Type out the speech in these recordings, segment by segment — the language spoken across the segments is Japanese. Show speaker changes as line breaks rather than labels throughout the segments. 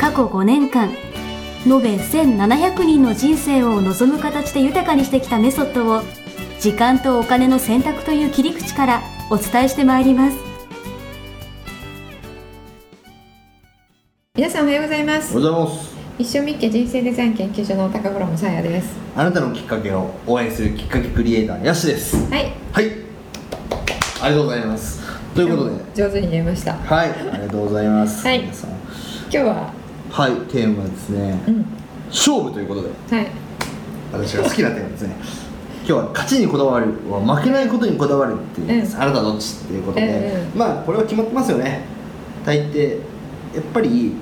過去5年間延べ1700人の人生を望む形で豊かにしてきたメソッドを時間とお金の選択という切り口からお伝えしてまいります
皆さんおはようございます
おはようございます
一生みっけ人生デザイン研究所の高頃もさやです
あなたのきっかけを応援するきっかけクリエイターやしです
はい
はいありがとうございますということで
上手に言えました
はいありがとうございます
はい
皆さん
今日は
はいテーマはですね
うん
勝負ということで
はい
私が好きなテーマですね今日は勝ちにこだわるは負けないことにこだわるっていう、
うん
あなたはどっちっていうことで、
うんう
まあこれは決まってますよね大抵やっぱり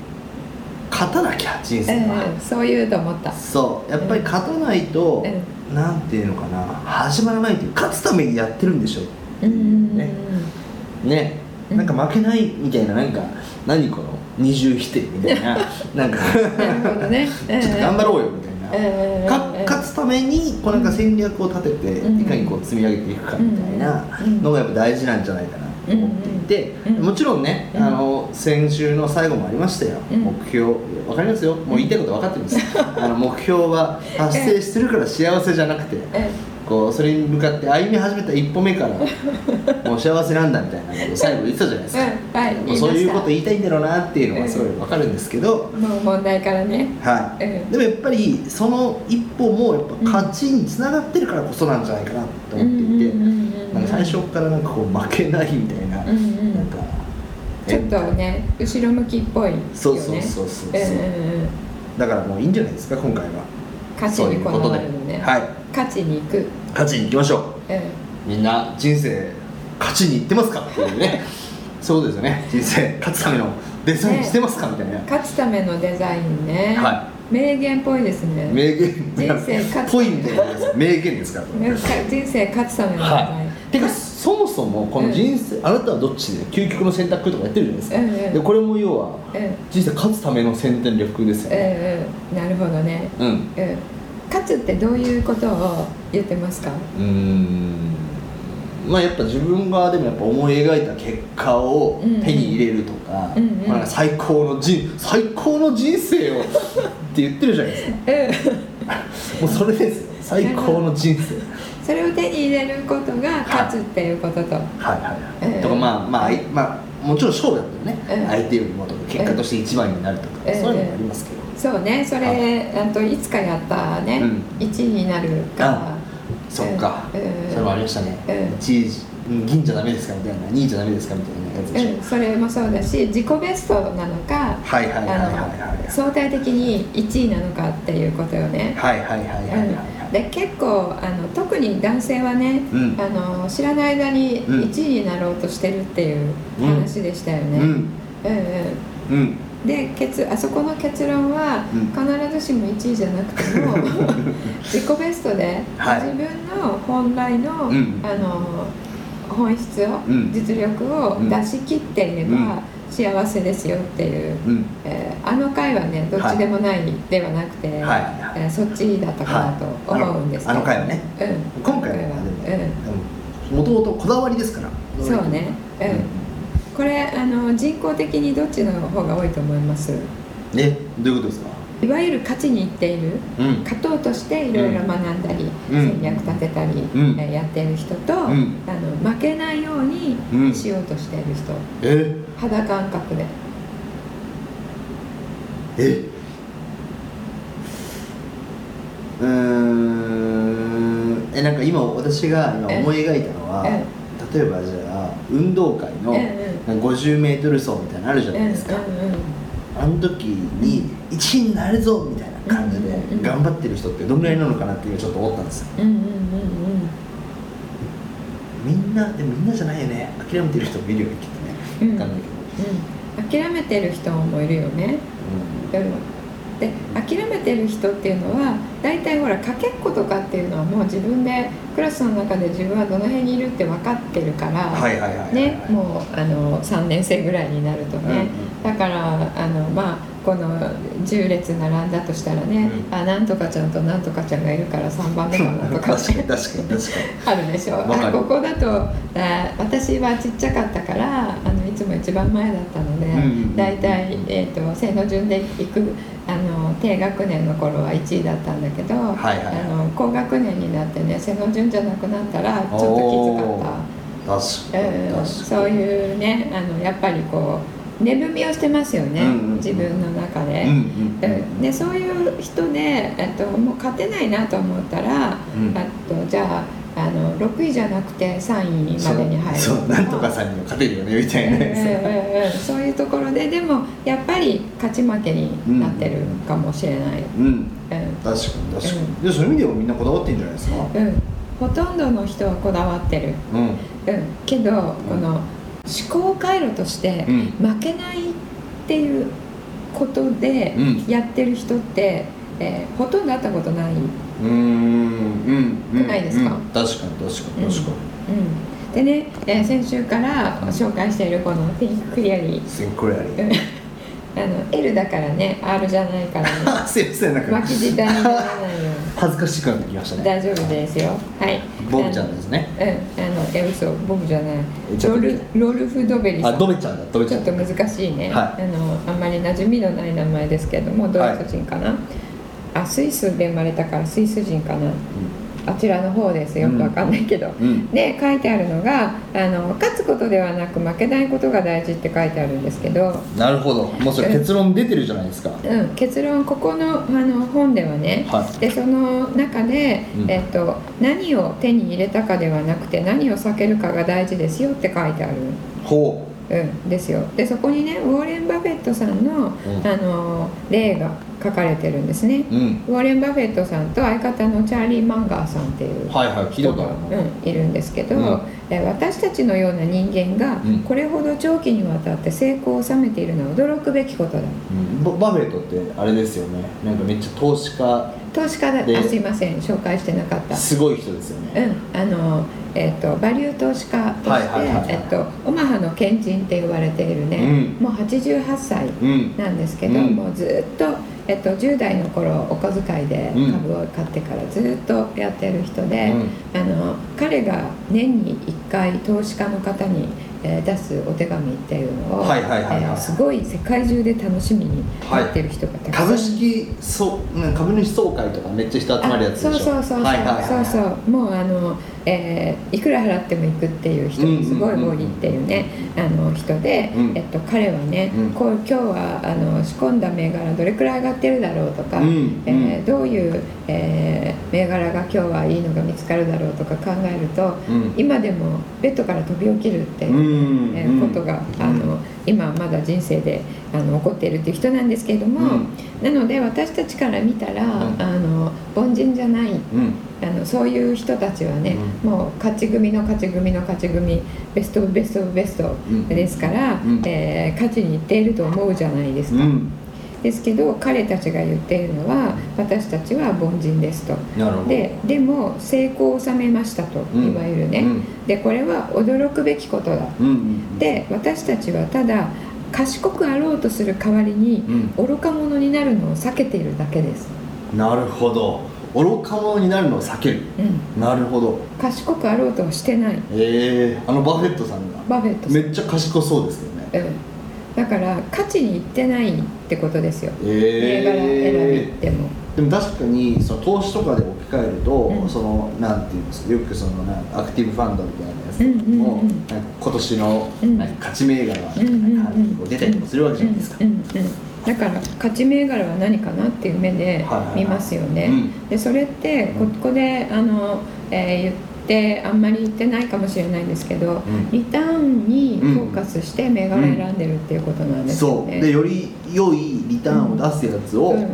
勝たなきゃ人生は、
うんそう言うと思った
そうやっぱり勝たないと、
う
なんていうのかな始まらないっていう勝つためにやってるんでしょっていうねね
うん
なんか負けないみたいななんか何この二重否定みたいな なんか
なるほどね
ちょっと頑張ろうよみたいな、
うん
か勝つためにこうなんか戦略を立てて、
うん
いかにこう積み上げていくかみたいな
うん
のがやっぱ大事なんじゃないかなと思っていて、
うんうん
もちろんね、
うん
あの先週の最後もありましたよ、
うん
目標分かりますよもう言いたいこと分かってるんです よあの目標は達成してるから幸せじゃなくて、こうそれに向かって歩み始めた一歩 目からもう幸せなんだみたいなことを最後言ってたじゃないですか、
うんはい
もうそういうこと
言い
言いたいんだろうなっていうのはすごい分かるんですけど、
ましたもう問題からね
はい、
うん
でもやっぱりその一歩もやっ
うん
ぱ勝ちにつながってるからこそなんじゃないかなと思っていて、なんか最初からなんかこう負けないみたいな、
うんうん
なんか
ちょっとね後ろ向きっぽいよね
そうそうそうそうそう
うんうんうん
だからもういいんじゃないですか今回は
勝ち
そう
に
いう
こ
こ
だ
と
わ
で、
るのね
はい
勝ちに行く
勝ちに行きましょ
うん
うみんな人生勝ちに行ってますかっていうねそうですよね人生勝つためのデザインしてますかみたいな、
勝つためのデザインね、
は
名言っぽいですね
名言
人生勝つ
ぽいみたいなやつ名言ですからこれ
ねか人生勝つためのデザイン、
はい、てかそもそもこの人生、あなたはどっちで究極の選択とかやってるじゃないですか、
うんうん
でこれも要は
うん
人生勝つための選択ですよね、
うんうんなるほどね、
うん
うん、勝つってどういうことを言ってますか
うーんまあやっぱ自分がでもやっぱ思い描いた結果を
うんうん
手に入れるとか,、
うんうん
まあなんか最高の人最高の人生をって言ってるじゃないですか
うん
もうそれですよ最高の人生
それを手に入れることが勝つっていうことと、
はいはいはい、
ええ
とかまあまあ、あいまあもちろん勝負だったらね、
ええ
相手よりもとか結果として一番になるとか、
ええ
そういうのもありますけど、
そうねそれあといつかやったね、
う
1位になるか
あそっか、
ええ
それもありましたね、
ええ
一位うん銀じゃダメですかみたいな2位じゃダメですかみたいなやつでしょ、
うん、それもそうだし自己ベストなのか
はいはいはいはい
あ
はい
の相対的に1位なのかっていうことよね。
はいはいはいはいはいは
うん
い
で結構あの特に男性はね、
うん
あの知らない間に
うん
1位になろうとしてるっていう
うん
話でしたよね。
う
うん
ん
うん
うん
で結あそこの結論は、
うん
必ずしも1位じゃなくて も自己ベストで、
はい
自分の本来の,、
うん
あの本質を、
うん
実力を
うん
出し切っていれば、
うん
幸せですよっていう、
うん
えーあの回はねどっちでもないではなくて、
はい
えーそっちだったかなと思うんですけ
あ
ど、
のあの回はね
うん、
今回は
あの回は
もともとこだわりですから
うん、そうね、うんこれあの人工的にどっちの方が多いと思います
うんねどういうことですか
いわゆる勝ちにいっている
うん
勝とうとしていろいろ学んだり、
うん
戦略立てたり、
うん
えーやっている人と、
ん
あの負けないように
うん
しようとしている人、
え
肌感覚で
えうーんえなんか今私が今思い描いたのは
え
例えばじゃあ運動会の
ええ
50m 走みたいなのあるじゃないですか、
うんうんうん
あの時に1位になるぞみたいな感じで
うんうんうん
頑張ってる人ってどんぐらいなのかなっていうちょっと思ったんですよ
うんうんうんうん
みんなでもみんなじゃないよね諦めてる人もいるよねきっとね
うん
分かんないけど、
うん諦めてる人もいるよね夜は。で諦めてる人っていうのは大体ほらかけっことかっていうのはもう自分でクラスの中で自分はどの辺にいるって分かってるから、
はいはいはいはい
ね、もうあの3年生ぐらいになるとね、だからあの、まあ、この10列並んだとしたらね、
う
あなんとかちゃんとなんとかちゃんがいるから3番目かな
うん
と
確か
か
に確かに確か
あ
に
るでしょ
わか
あ
る
ここだとあ私はちっちゃかったからあのいつも一番前だったので、
うんうんうん
だいたい、えー、と性の順で行くあの低学年の頃は1位だったんだけど、
はいはい
あの高学年になってね背の順じゃなくなったらちょっときつかった。
確かに確か
うんそう
に
いうねあのやっぱりこう値踏みをしてますよね、
うんうんうん
自分の中
う
で,、
んうん
うんでそういう人で、えっと、もう勝てないなと思ったら、
うん
あとじゃああの6位じゃなくて3位までに入る
そうそうなんとか
さ
さんにも勝てるよねみたいなやつ
そういうところででもやっぱり勝ち負けになってるかもしれない、
うん
うん
確かに確かに、
う
でそういう意味でもみんなこだわってんじゃないですか
うん、ほとんどの人はこだわってる
うんうん
うん、けどこの思考回路として
うん
負けないっていうことで
うん
やってる人って、えーほとんど会ったことない、うん、
うんうん
くないですか
うん確かに確かに確か
でね、えー先週から紹介しているこの「ピンククリアリー
にセンクレアリー」
あの L だからね R じゃないからね
あ すいませんなんか
巻き舌にならないよ
恥ずかしくなってきまし
う
た
に
ね
大丈夫ですよはい
ボブちゃん
う
ですね
ん、あのえ嘘ボブじゃない
えちょ
ロ
っと
ルロルフ・ドベリさ
あ
ん
ドベちゃんだドベち
ち
ゃ
ょっ
ん
と難しいね、
はい
あのあんまり馴染みのない名前ですけどもドイツ人かな、あスイスで生まれたからスイス人かなあちらの方ですよくわかんないけど、
うんうん
で書いてあるのがあの勝つことではなく負けないことが大事って書いてあるんですけど、
なるほどもうそれ結論出てるじゃないですか
うん、結論ここのあの本ではね、
はい
でその中で、
うん
えっと何を手に入れたかではなくて何を避けるかが大事ですよって書いてある
ほ
うん、ですよでそこにねウォーレン・バフェットさんの、
ん
あの例が書かれてるんですね
ううん
ウォーレン・バフェットさんと相方のチャーリー・マンガーさんっていう
はいはい聞いた
人
こと
が、
あるな
うん、いるんですけど、
うん
え私たちのような人間が
うん
これほど長期にわたって成功を収めているのは驚くべきことだ
うんババフェットってあれですよねなんかめっちゃ投資家
投資家だ
で
あすいません紹介してなかった
すごい人ですよ
う
ね
ん、あのえっとバリュー投資家として、
はいはいはいはい
えっとオマハの賢人って言われているね、もう88歳
うん
なんですけど、
うん
もうずっと、えっと、10代の頃お小遣いで
うん
株を買ってからずっとやってる人
う
で、あ
ん
の彼が年に1回投資家の方に、えー出すお手紙っていうのを、
はいはいはいはい
えーすごい世界中で楽しみにやってる人がたくさん、
株式そうなんか株主総会とかめっちゃ人集まるやつでしょ
あそうそうそうそう、
はいはいはい
そうそうもうあの、えーいくら払っても行くっていう人がすごい多いっていうね、あの人で、
うん
えっと、彼はね、
うん
こう今日はあの仕込んだ銘柄どれくらい上がってるだろうとか、
うん
えーどういう、えー銘柄が今日はいいのが見つかるだろうとか考えると、
うん
今でもベッドから飛び起きるっていう。
うん
えーことが、
うん
あの今まだ人生であの起こっているっていう人なんですけれども、
うん
なので私たちから見たら、
ん
あの凡人じゃない
うん
あのそういう人たちはね、
う
もう勝ち組の勝ち組の勝ち組ベストオブベストオブベスト
うん
ですから、
うん
えー勝ちにいっていると思うじゃないです
う
か、
ん
ですけど彼たちが言っているのは私たちは凡人ですと。
なるほど
ででも成功を収めましたと、
うん
いわゆるね、
うん
でこれは驚くべきことだ
うんうん
で私たちはただ賢くあろうとする代わりに、愚か者になるのを避けているだけです、
なるほど愚か者になるのを避ける
うん、
なるほど
賢くあろうとはしてない
ええあのバフェットさんが
バフェットさん
めっちゃ賢そうですよね
うん、だから価値にいってないってことですよ銘柄選び
え
っても、
ー、でも確かにその投資とかで置き換えると、
うん
そのなんていうんですかよくそのなんアクティブファンドみたいなやつ
うんうんうん
も、なんか今年の
うん
なんか勝ち銘柄が
うんうんうん
こう出たりとかするわけじゃないですか、
うんうんだから勝ち銘柄は何かなっていう目で
はいはいはい
見ますよね、
うん
でそれってこ
うん
こであの、えー言ってあんまり言ってないかもしれないんですけど、
ん
リターンにフォーカスして銘柄選んでるっていうことなんですよ
そう
ね、
でより良いリターンを出すやつを、
うん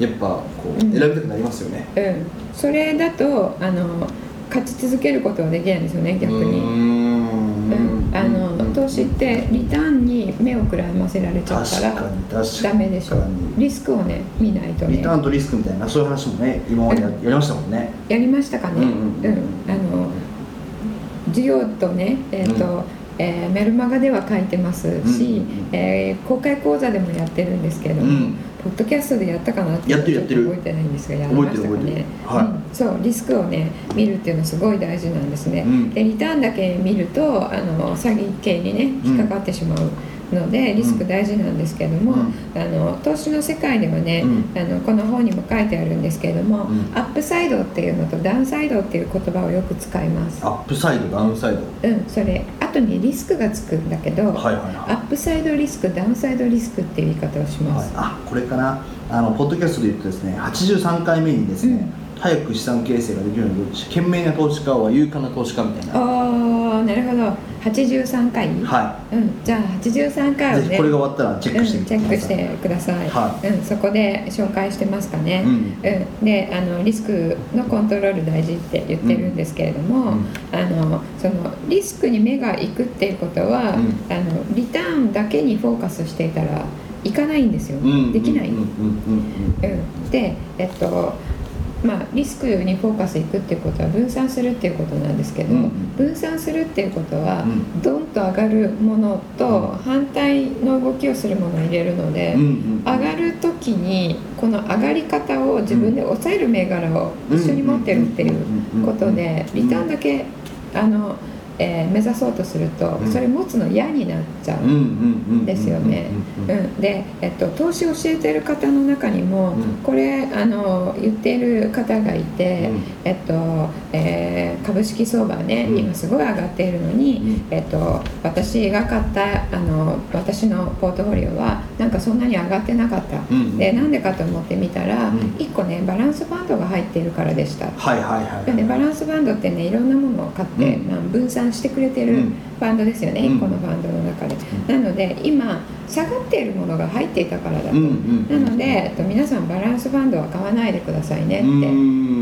やっぱこう
うん
選びたくなりますよね、
うん、それだとあの勝ち続けることはできないんですよね逆
うー
に。う
ん
んあの、
うん
投資ってリターンに目をくらませられちゃった
確からに確かに
ダメでしょリスクをね見ないと
リ
ね
ターンとリスクみたいなそういう話もね今までややりましたもんね
やりましたかね、
うんうんうん
あの授業とね、えーと
う
えーメルマガでは書いてますし、
うんうんうん
えー公開講座でもやってるんですけれど
う
も、
ん
ポッドキャストでやったかなって
やってるやってる
ちょと覚えてないんですがやりましたか
覚えてる
ね
覚えてるはい
うんそうリスクをね見るっていうのはすごい大事なんですね、
うん
でリターンだけ見るとあの詐欺系にね引っかかってしまうので、リスク大事なんですけども、あの投資の世界ではね、
うん
あのこの本にも書いてあるんですけれども、
うん
アップサイドっていうのとダウンサイドっていう言葉をよく使います
アップサイドダウンサイド
うんそれ後にリスクがつくんだけど、
はいはいはい
アップサイドリスクダウンサイドリスクっていう言い方をしま
はい
す、、
あこれかなあのポッドキャストで言うとですね83回目にですね、早く資産形成ができるように懸命な投資家は勇敢な投資家みたいな
あーなるほど83回、
は
うん、じゃあ83
い、
回を
ぜ
ね
ひこれが終わったらチェックして
うん
み
チ
て
ェッ
く
ク
だ
し
さい、
てください、
は
うん、そこで紹介してますかね、
うん
うん、であのリスクのコントロール大事って言ってるんですけれども、
うん
あのそのリスクに目がいくっていうことは、
う
あのリターンだけにフォーカスしていたらいかないんですよ、
うん
できない、
うんうんうん
うんでえっとまあ、リスクにフォーカスいくっていうことは分散するっていうことなんですけど、
うん
分散するっていうことは、
うん
ドンと上がるもの
う
と反対の動きをするものを入れるので、
うんうんうん
上がる時にこの上がり方を自分で抑える銘柄を一緒に持ってるっていうことで
う
リ
ん
ターンだけあの、えー目指そうとすると
うん
それ持つの嫌になっちゃう。
うんうんうんうん
ですよね
うんうんうん
うん、で、えっと、投資を教えてる方の中にも、
うん
これあの言ってる方がいて、
うん
えっとえー株式相場ね、
うん
今すごい上がっているのに、えっと、私が買ったあの私のポートフォリオはなんかそんなに上がってなかった、
うんうん
でなんでかと思ってみたら、
うん
1個ねバランスファンドが入っているからでした。
はいはいはい
でバランスファンドってねいろんなものを買って、
うん
まあ分散してくれてる
うん
ファンドですよね、
うん
1個のファンドの中で、なので今下がっているものが入っていたからだと、
うんうんうん
なので、えっと、皆さんバランスファンドは買わないでくださいねって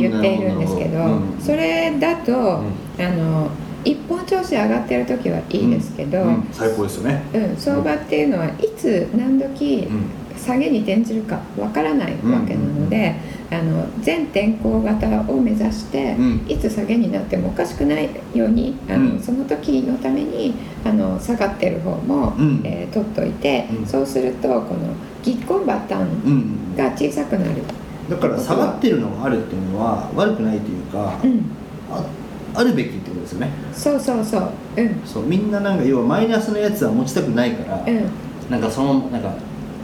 言っているんですけど
うん
それだと、あの一本調子上がってる時はいいですけど、
う
うん
うん
ん
最高ですよね
相場っていうのはいつ何時
うん
下げに転じるかわからないわけなので、あの全天候型を目指して、
うん
いつ下げになってもおかしくないようにあの、
うん
その時のためにあの下がってる方も、
うん
えー取っといて、
うん
そうするとこのぎっこんバタン
うんうん
が小さくなる。
だから下がってるのがあるっていうのは悪くないというか、
うん
ああるべきってことですよね
そうそうそう、うん、
そうみんななんか要はマイナスのやつは持ちたくないから、
うん、
なんかそのなんか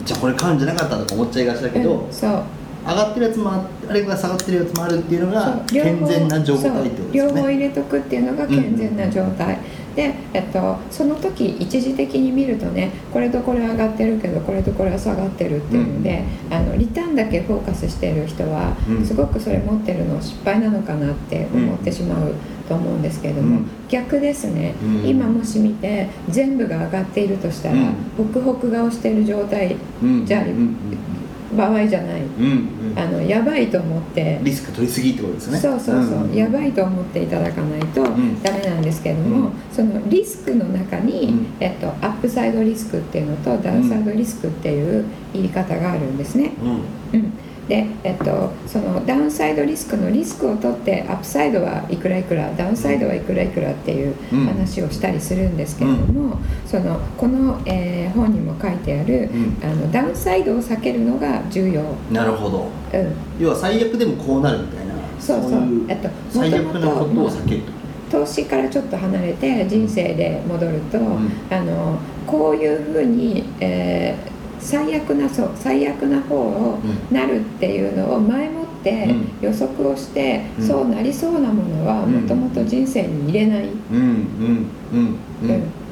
じゃあこれ買うんじゃなかったとか思っちゃいがちだけど、
うん、そう、
上がってるやつもああれが下がってるやつもあるっていうのが
そう
健全な状態ってこ
そ
と
う
です
両
よ
方
ね
入れとくっていうのが健全な状態、で、えっと、その時一時的に見るとねこれとこれ上がってるけどこれとこれは下がってるっていうので、あのリターンだけフォーカスしてる人は、
うん
すごくそれ持ってるの失敗なのかなって思ってしまうと思うんですけれども、
うん
逆ですね、
うん
今もし見て全部が上がっているとしたら、
うん
ホクホク顔してる状態
うん
じゃあ
うん
場合じゃない。
うんうん
あのやばいと思って
うんリスク取りすぎってことですね
そうそうそう、
ん
やばいと思っていただかないと
ん
ダメなんですけれども、
うん
そのリスクの中に、
うん
えっと、アップサイドリスクっていうのとダウンサイドリスクっていう言い方があるんですね。
うん
うんでえっと、そのダウンサイドリスクのリスクを取ってアップサイドはいくらいくらダウンサイドはいくらいくらっていう
うん
話をしたりするんですけれども、そのこの、えー本にも書いてある、
う
あのダウンサイドを避けるのが重要、
なるほど
うん、
要は最悪でもこうなるみたいな
そうそう
い
えっと
最悪なことを避ける
投資からちょっと離れて人生で戻ると、
ん
あのこういうふうに、えー最悪なそう最悪な方を
う
なるっていうのを前もって
うん
予測をして、
うん
そうなりそうなものは
うん
もともと人生に入れないっ
うんうんうんうん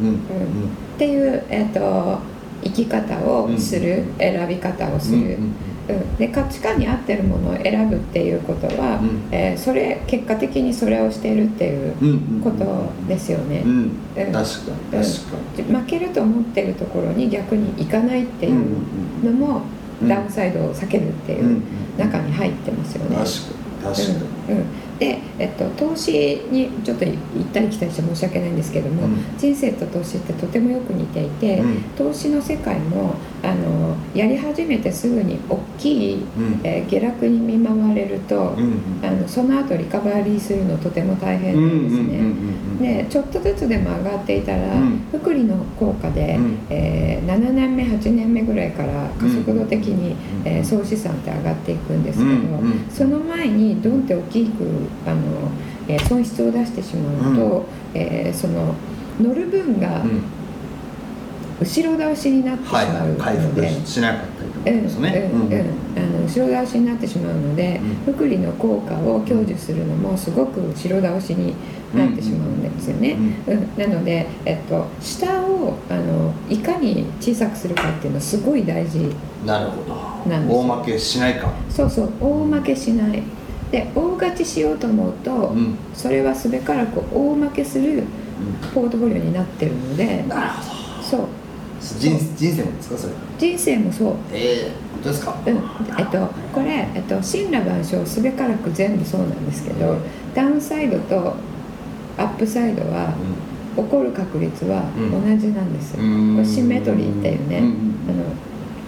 うん
ていう、えー、と生き方をする、
うん
選び方をす
うん
る。うんで価値観に合ってるものを選ぶっていうことは、
うん
えーそれ結果的にそれをしているっていう
うんうん
ことですよね。
うん
う
確
ん
かに確かに
負けると思ってるところに逆に行かないってい
うん
うのも、
うん
ダウンサイドを避けるってい
うんうん
う中に入ってますよね。
確かに確かに
うんうんで、えっと、投資にちょっと行ったり来たりして申し訳ないんですけども、
うん
人生と投資ってとてもよく似ていて、
うん
投資の世界もあのやり始めてすぐに大きい、
うん
えー下落に見舞われると、
うん
あのその後リカバリーするのとても大変なんですね。
うん
でちょっとずつでも上がっていたら、
うん
福利の効果で、
うん
えー7年目8年目ぐらいから加速度的に、
うん
えー総資産って上がっていくんです
う
けど、
んうん
その前にドンって大きくあの、えー損失を出してしまうと、
う
えーその乗る分が
うん
後ろ倒しになってし
はい
ま
は
う
い回
ので。
復しなかったりとか
うんうん
ですね
うんあの後ろ倒しになってしまうので、
う
福利の効果を享受するのもすごく後ろ倒しになってしまうんですよね。
うん
うん、なので、えっと、下をあのいかに小さくするかっていうのはすごい大事
なるほ
なんです
ど
よ
大負けしないか
そうそう大負けしないで大勝ちしようと思うと、
うんうん
それはすべからく大負けするポートフォリオになってるので
なるほ
そう
ど人人生もですかそれ
人生もそう、
ええ本当ですか
うんえっと、これ、えっと、神羅万象すべからく全部そうなんですけどダウンサイドとアップサイドは起こる確率は同じなんですよ、
うん
これシンメトリーっていうね
うん
あの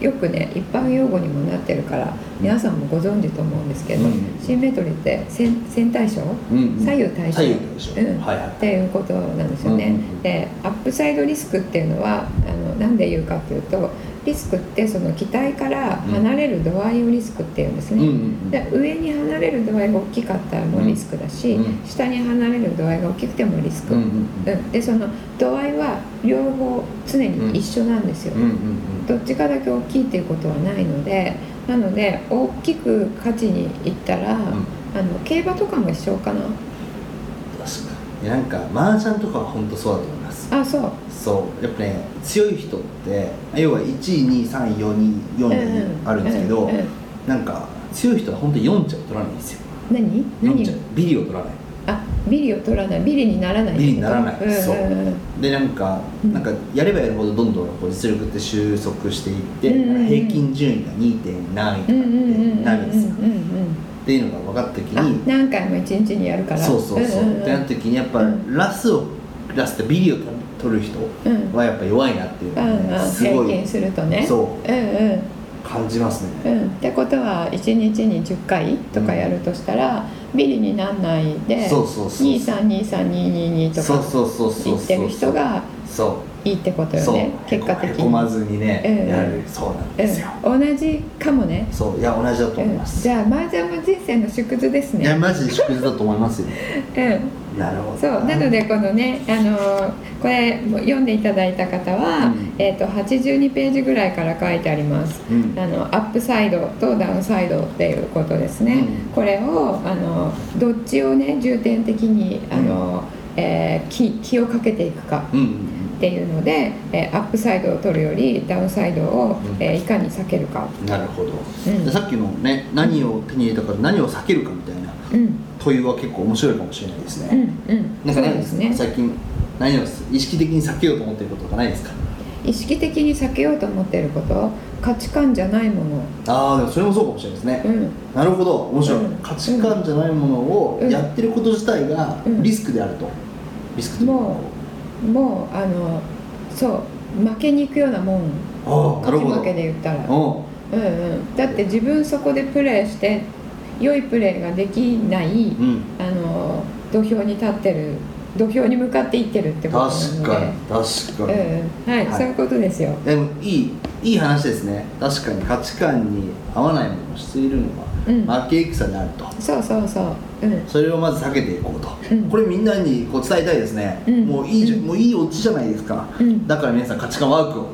よくね一般用語にもなってるから皆さんもご存知と思うんですけど、
うん
シンメトリーって線線対称っ
うんうん
左右対称
左右対称
うん
はいはい
ていうことなんですよね。
うん
でアップサイドリスクっていうのはあのなんで言うかっていうとリスクってその機体から離れる度合いをリスクっていうんです
うん
ね。
うん
で上に離れる度合いが大きかったらもうリスクだし、
うん
下に離れる度合いが大きくてもリスク、
う
うん
うん
んでその度合いは両方常に一緒なんですよ、
うんうんうん
どっちかだけ大きいっていうことはないのでなので大きく勝ちに行ったら、あ
ん
の競馬とかも一緒かな
確かになんか麻雀とかは本当そうだと思います
あそう
そうやっぱね強い人って要は1位2位3位4位4位
う
あるんですけど、
うう
なんか強い人は本当に4茶を取らないんですよ
何
4茶
何
ビリを取らない
あビリを取らないビリにならない
ビリにならない
うん
そうん
ん
でなんか、
うん
なんかやればやるほどどんどんこう実力って収束していって、
うんうんうん
平均順位が2点何位と
う
か
ん
っ
うんうんうん
てなるんですよ、
うんうん
っていうのが分かった時
あ
に
何回も一日にやるから
そうそうそう、
んんん
ってなった時にやっぱ
うん
ラスをラスってビリを取る人
うん
はやっぱ弱いなっていう
う
の
ん
が
う
ね
ん
すご
平
い
均するとね
そう
うんうん
感じますね
うん、ってことは1日に10回とかやるとしたら、ビリにならないで
そうそうそう
23232222と
そう
か
そうそうそう
言ってる人が
そう
いいってことよ
そう
ね結果的
へこま
に、
ずにね、
うんうん
やるそうなんですよ、
うん、同じかもね、
そういや同じだと
う
思い
ん、
ます、
じゃあ麻雀も人生の縮図です
いや
ね、
マジで祝日だと思いますよ
うん、
なるほど
そうなのでこのね、あのーこれも読んでいただいた方は、
うん
えー、と82ページぐらいから書いてあります
うん
あのアップサイドとダウンサイドっていうことですね、
うん
これをあのどっちをね重点的にあの、えー気気をかけていくか
うん
っていうので、えーアップサイドを取るよりダウンサイドを、
うん
えーいかに避けるか、
うんなるほど、
ん
でさっきのね何を手に入れたか何を避けるかみたいな
うん
問いは結構面白いかもしれないです
う
ね、
んうん
なん
そ
か
う
ない
で
ですすね
ね
最近何を意識的に避けようと思ってることとかないですか
意識的に避けようと思ってること価値観じゃないもの、
ああでもそれもそうかもしれないですね、
うん、
なるほど面白い、
うん
価値観じゃないものを
うん
やってること自体が
うん
リスクであると、リスクというか
ももうあのそう負けに行くようなもん
ああ
勝
なる
ち
ほど
負けで言ったら
うん
うんうん、だって自分そこでプレーして良いプレーができない、
うん
あの土俵に立ってる土俵に向かっていってるってことなの
確
で
かに確かに、
うんはい、
はい
そういうことですよ、
でもいいいい話ですね確かに価値観に合わないものをしているのは、
うん
負け戦であると
そうそうそううん
それをまず避けていこうと、
うん
これみんなにこう伝えたいですね、
うん
もういいじゃ、
うん
もういいオチじゃないですか、
うん
だから皆さん価値観ワークを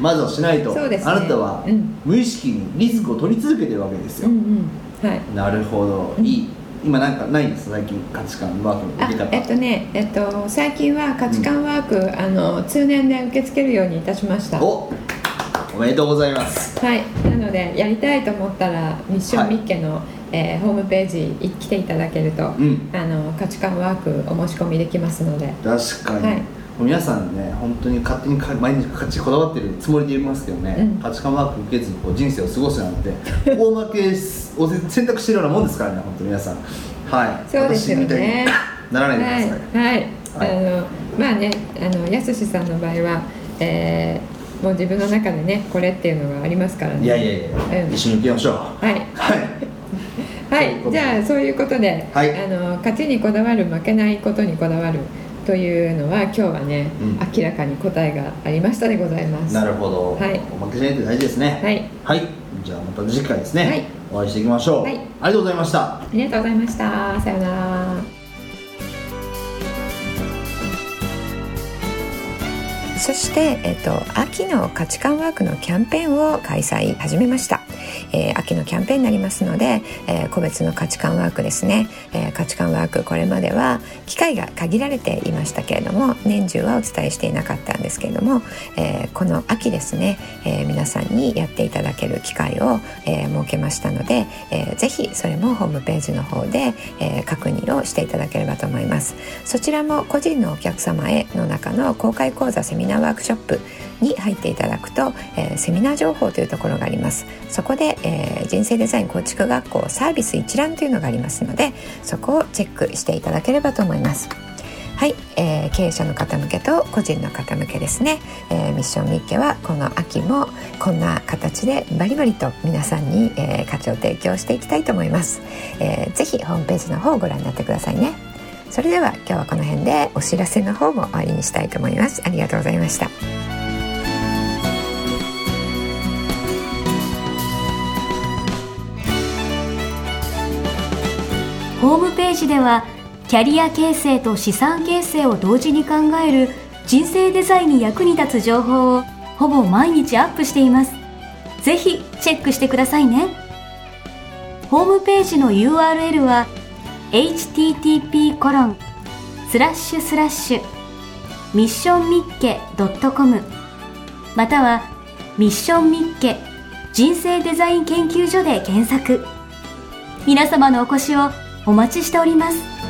まずはしないと
そうですね
あなたは
うん
無意識にリスクを取り続けてるわけです
う
よ、
んうんはい
なるほど
うん
いい今なんかないんです最近価値観ワークの
あ
受け方
えっとねえっと最近は価値観ワーク、あの通年で受け付けるようにいたしましたは
おおめでとうございます
いなのでやりたいと思ったらミッション
はい
ミッケの、えーホームページに来ていただけると
うん
あの価値観ワークお申し込みできますので、
確か
は
に、
い
皆さんね本当に勝手にか毎日価値こだわってるつもりで言いますけどね、
うん
価値観ワーク受 けずにこう人生を過ごすなんて大負けを選択してるようなもんですからね本当皆さんはい
そうですよね
私みたいにならないでくださ
は
い、
い、
は
はいい、あのまあねあのやすしさんの場合は、えーもう自分の中でねこれっていうのがありますからね
いやいやいや、
うん
一緒に行きましょう
はい
はい
は
そういうこと
い、じゃあそういうことで、
はい
あの勝ちにこだわる負けないことにこだわるというのは今日はね、
うん
明らかに答えがありましたでございます。
なるほど、
はい
おまけじゃないって大事ですね
はい、
はい、じゃあまた次回ですね、
はい
お会いしていきましょう、
はい
ありがとうございました
ありがとうございました。さようなら。そして、えっと、秋の価値観ワークのキャンペーンを開催始めました、えー秋のキャンペーンになりますので、えー個別の価値観ワークですね、えー価値観ワークこれまでは機会が限られていましたけれども年中はお伝えしていなかったんですけれども、えーこの秋ですね、えー皆さんにやっていただける機会を、えー設けましたので、えーぜひそれもホームページの方で、えー確認をしていただければと思いますそちらも個人のお客様への中の公開講座セミナーワークショップに入っていただくと、えーセミナー情報というところがありますそこで、えー人生デザイン構築学校サービス一覧というのがありますのでそこをチェックしていただければと思いますはい、えー経営者の方向けと個人の方向けですね、えーミッションミッケはこの秋もこんな形でバリバリと皆さんに、えー価値を提供していきたいと思います、えーぜひホームページの方をご覧になってくださいねそれでは今日はこの辺でお知らせの方も終わりにしたいと思いますありがとうございました
ホームページではキャリア形成と資産形成を同時に考える人生デザインに役に立つ情報をほぼ毎日アップしています。ぜひチェックしてくださいね。ホームページの URL は http コロンスラッシュスラッシュミッションミッケ .com またはミッションミッケ人生デザイン研究所で検索。皆様のお越しをお待ちしております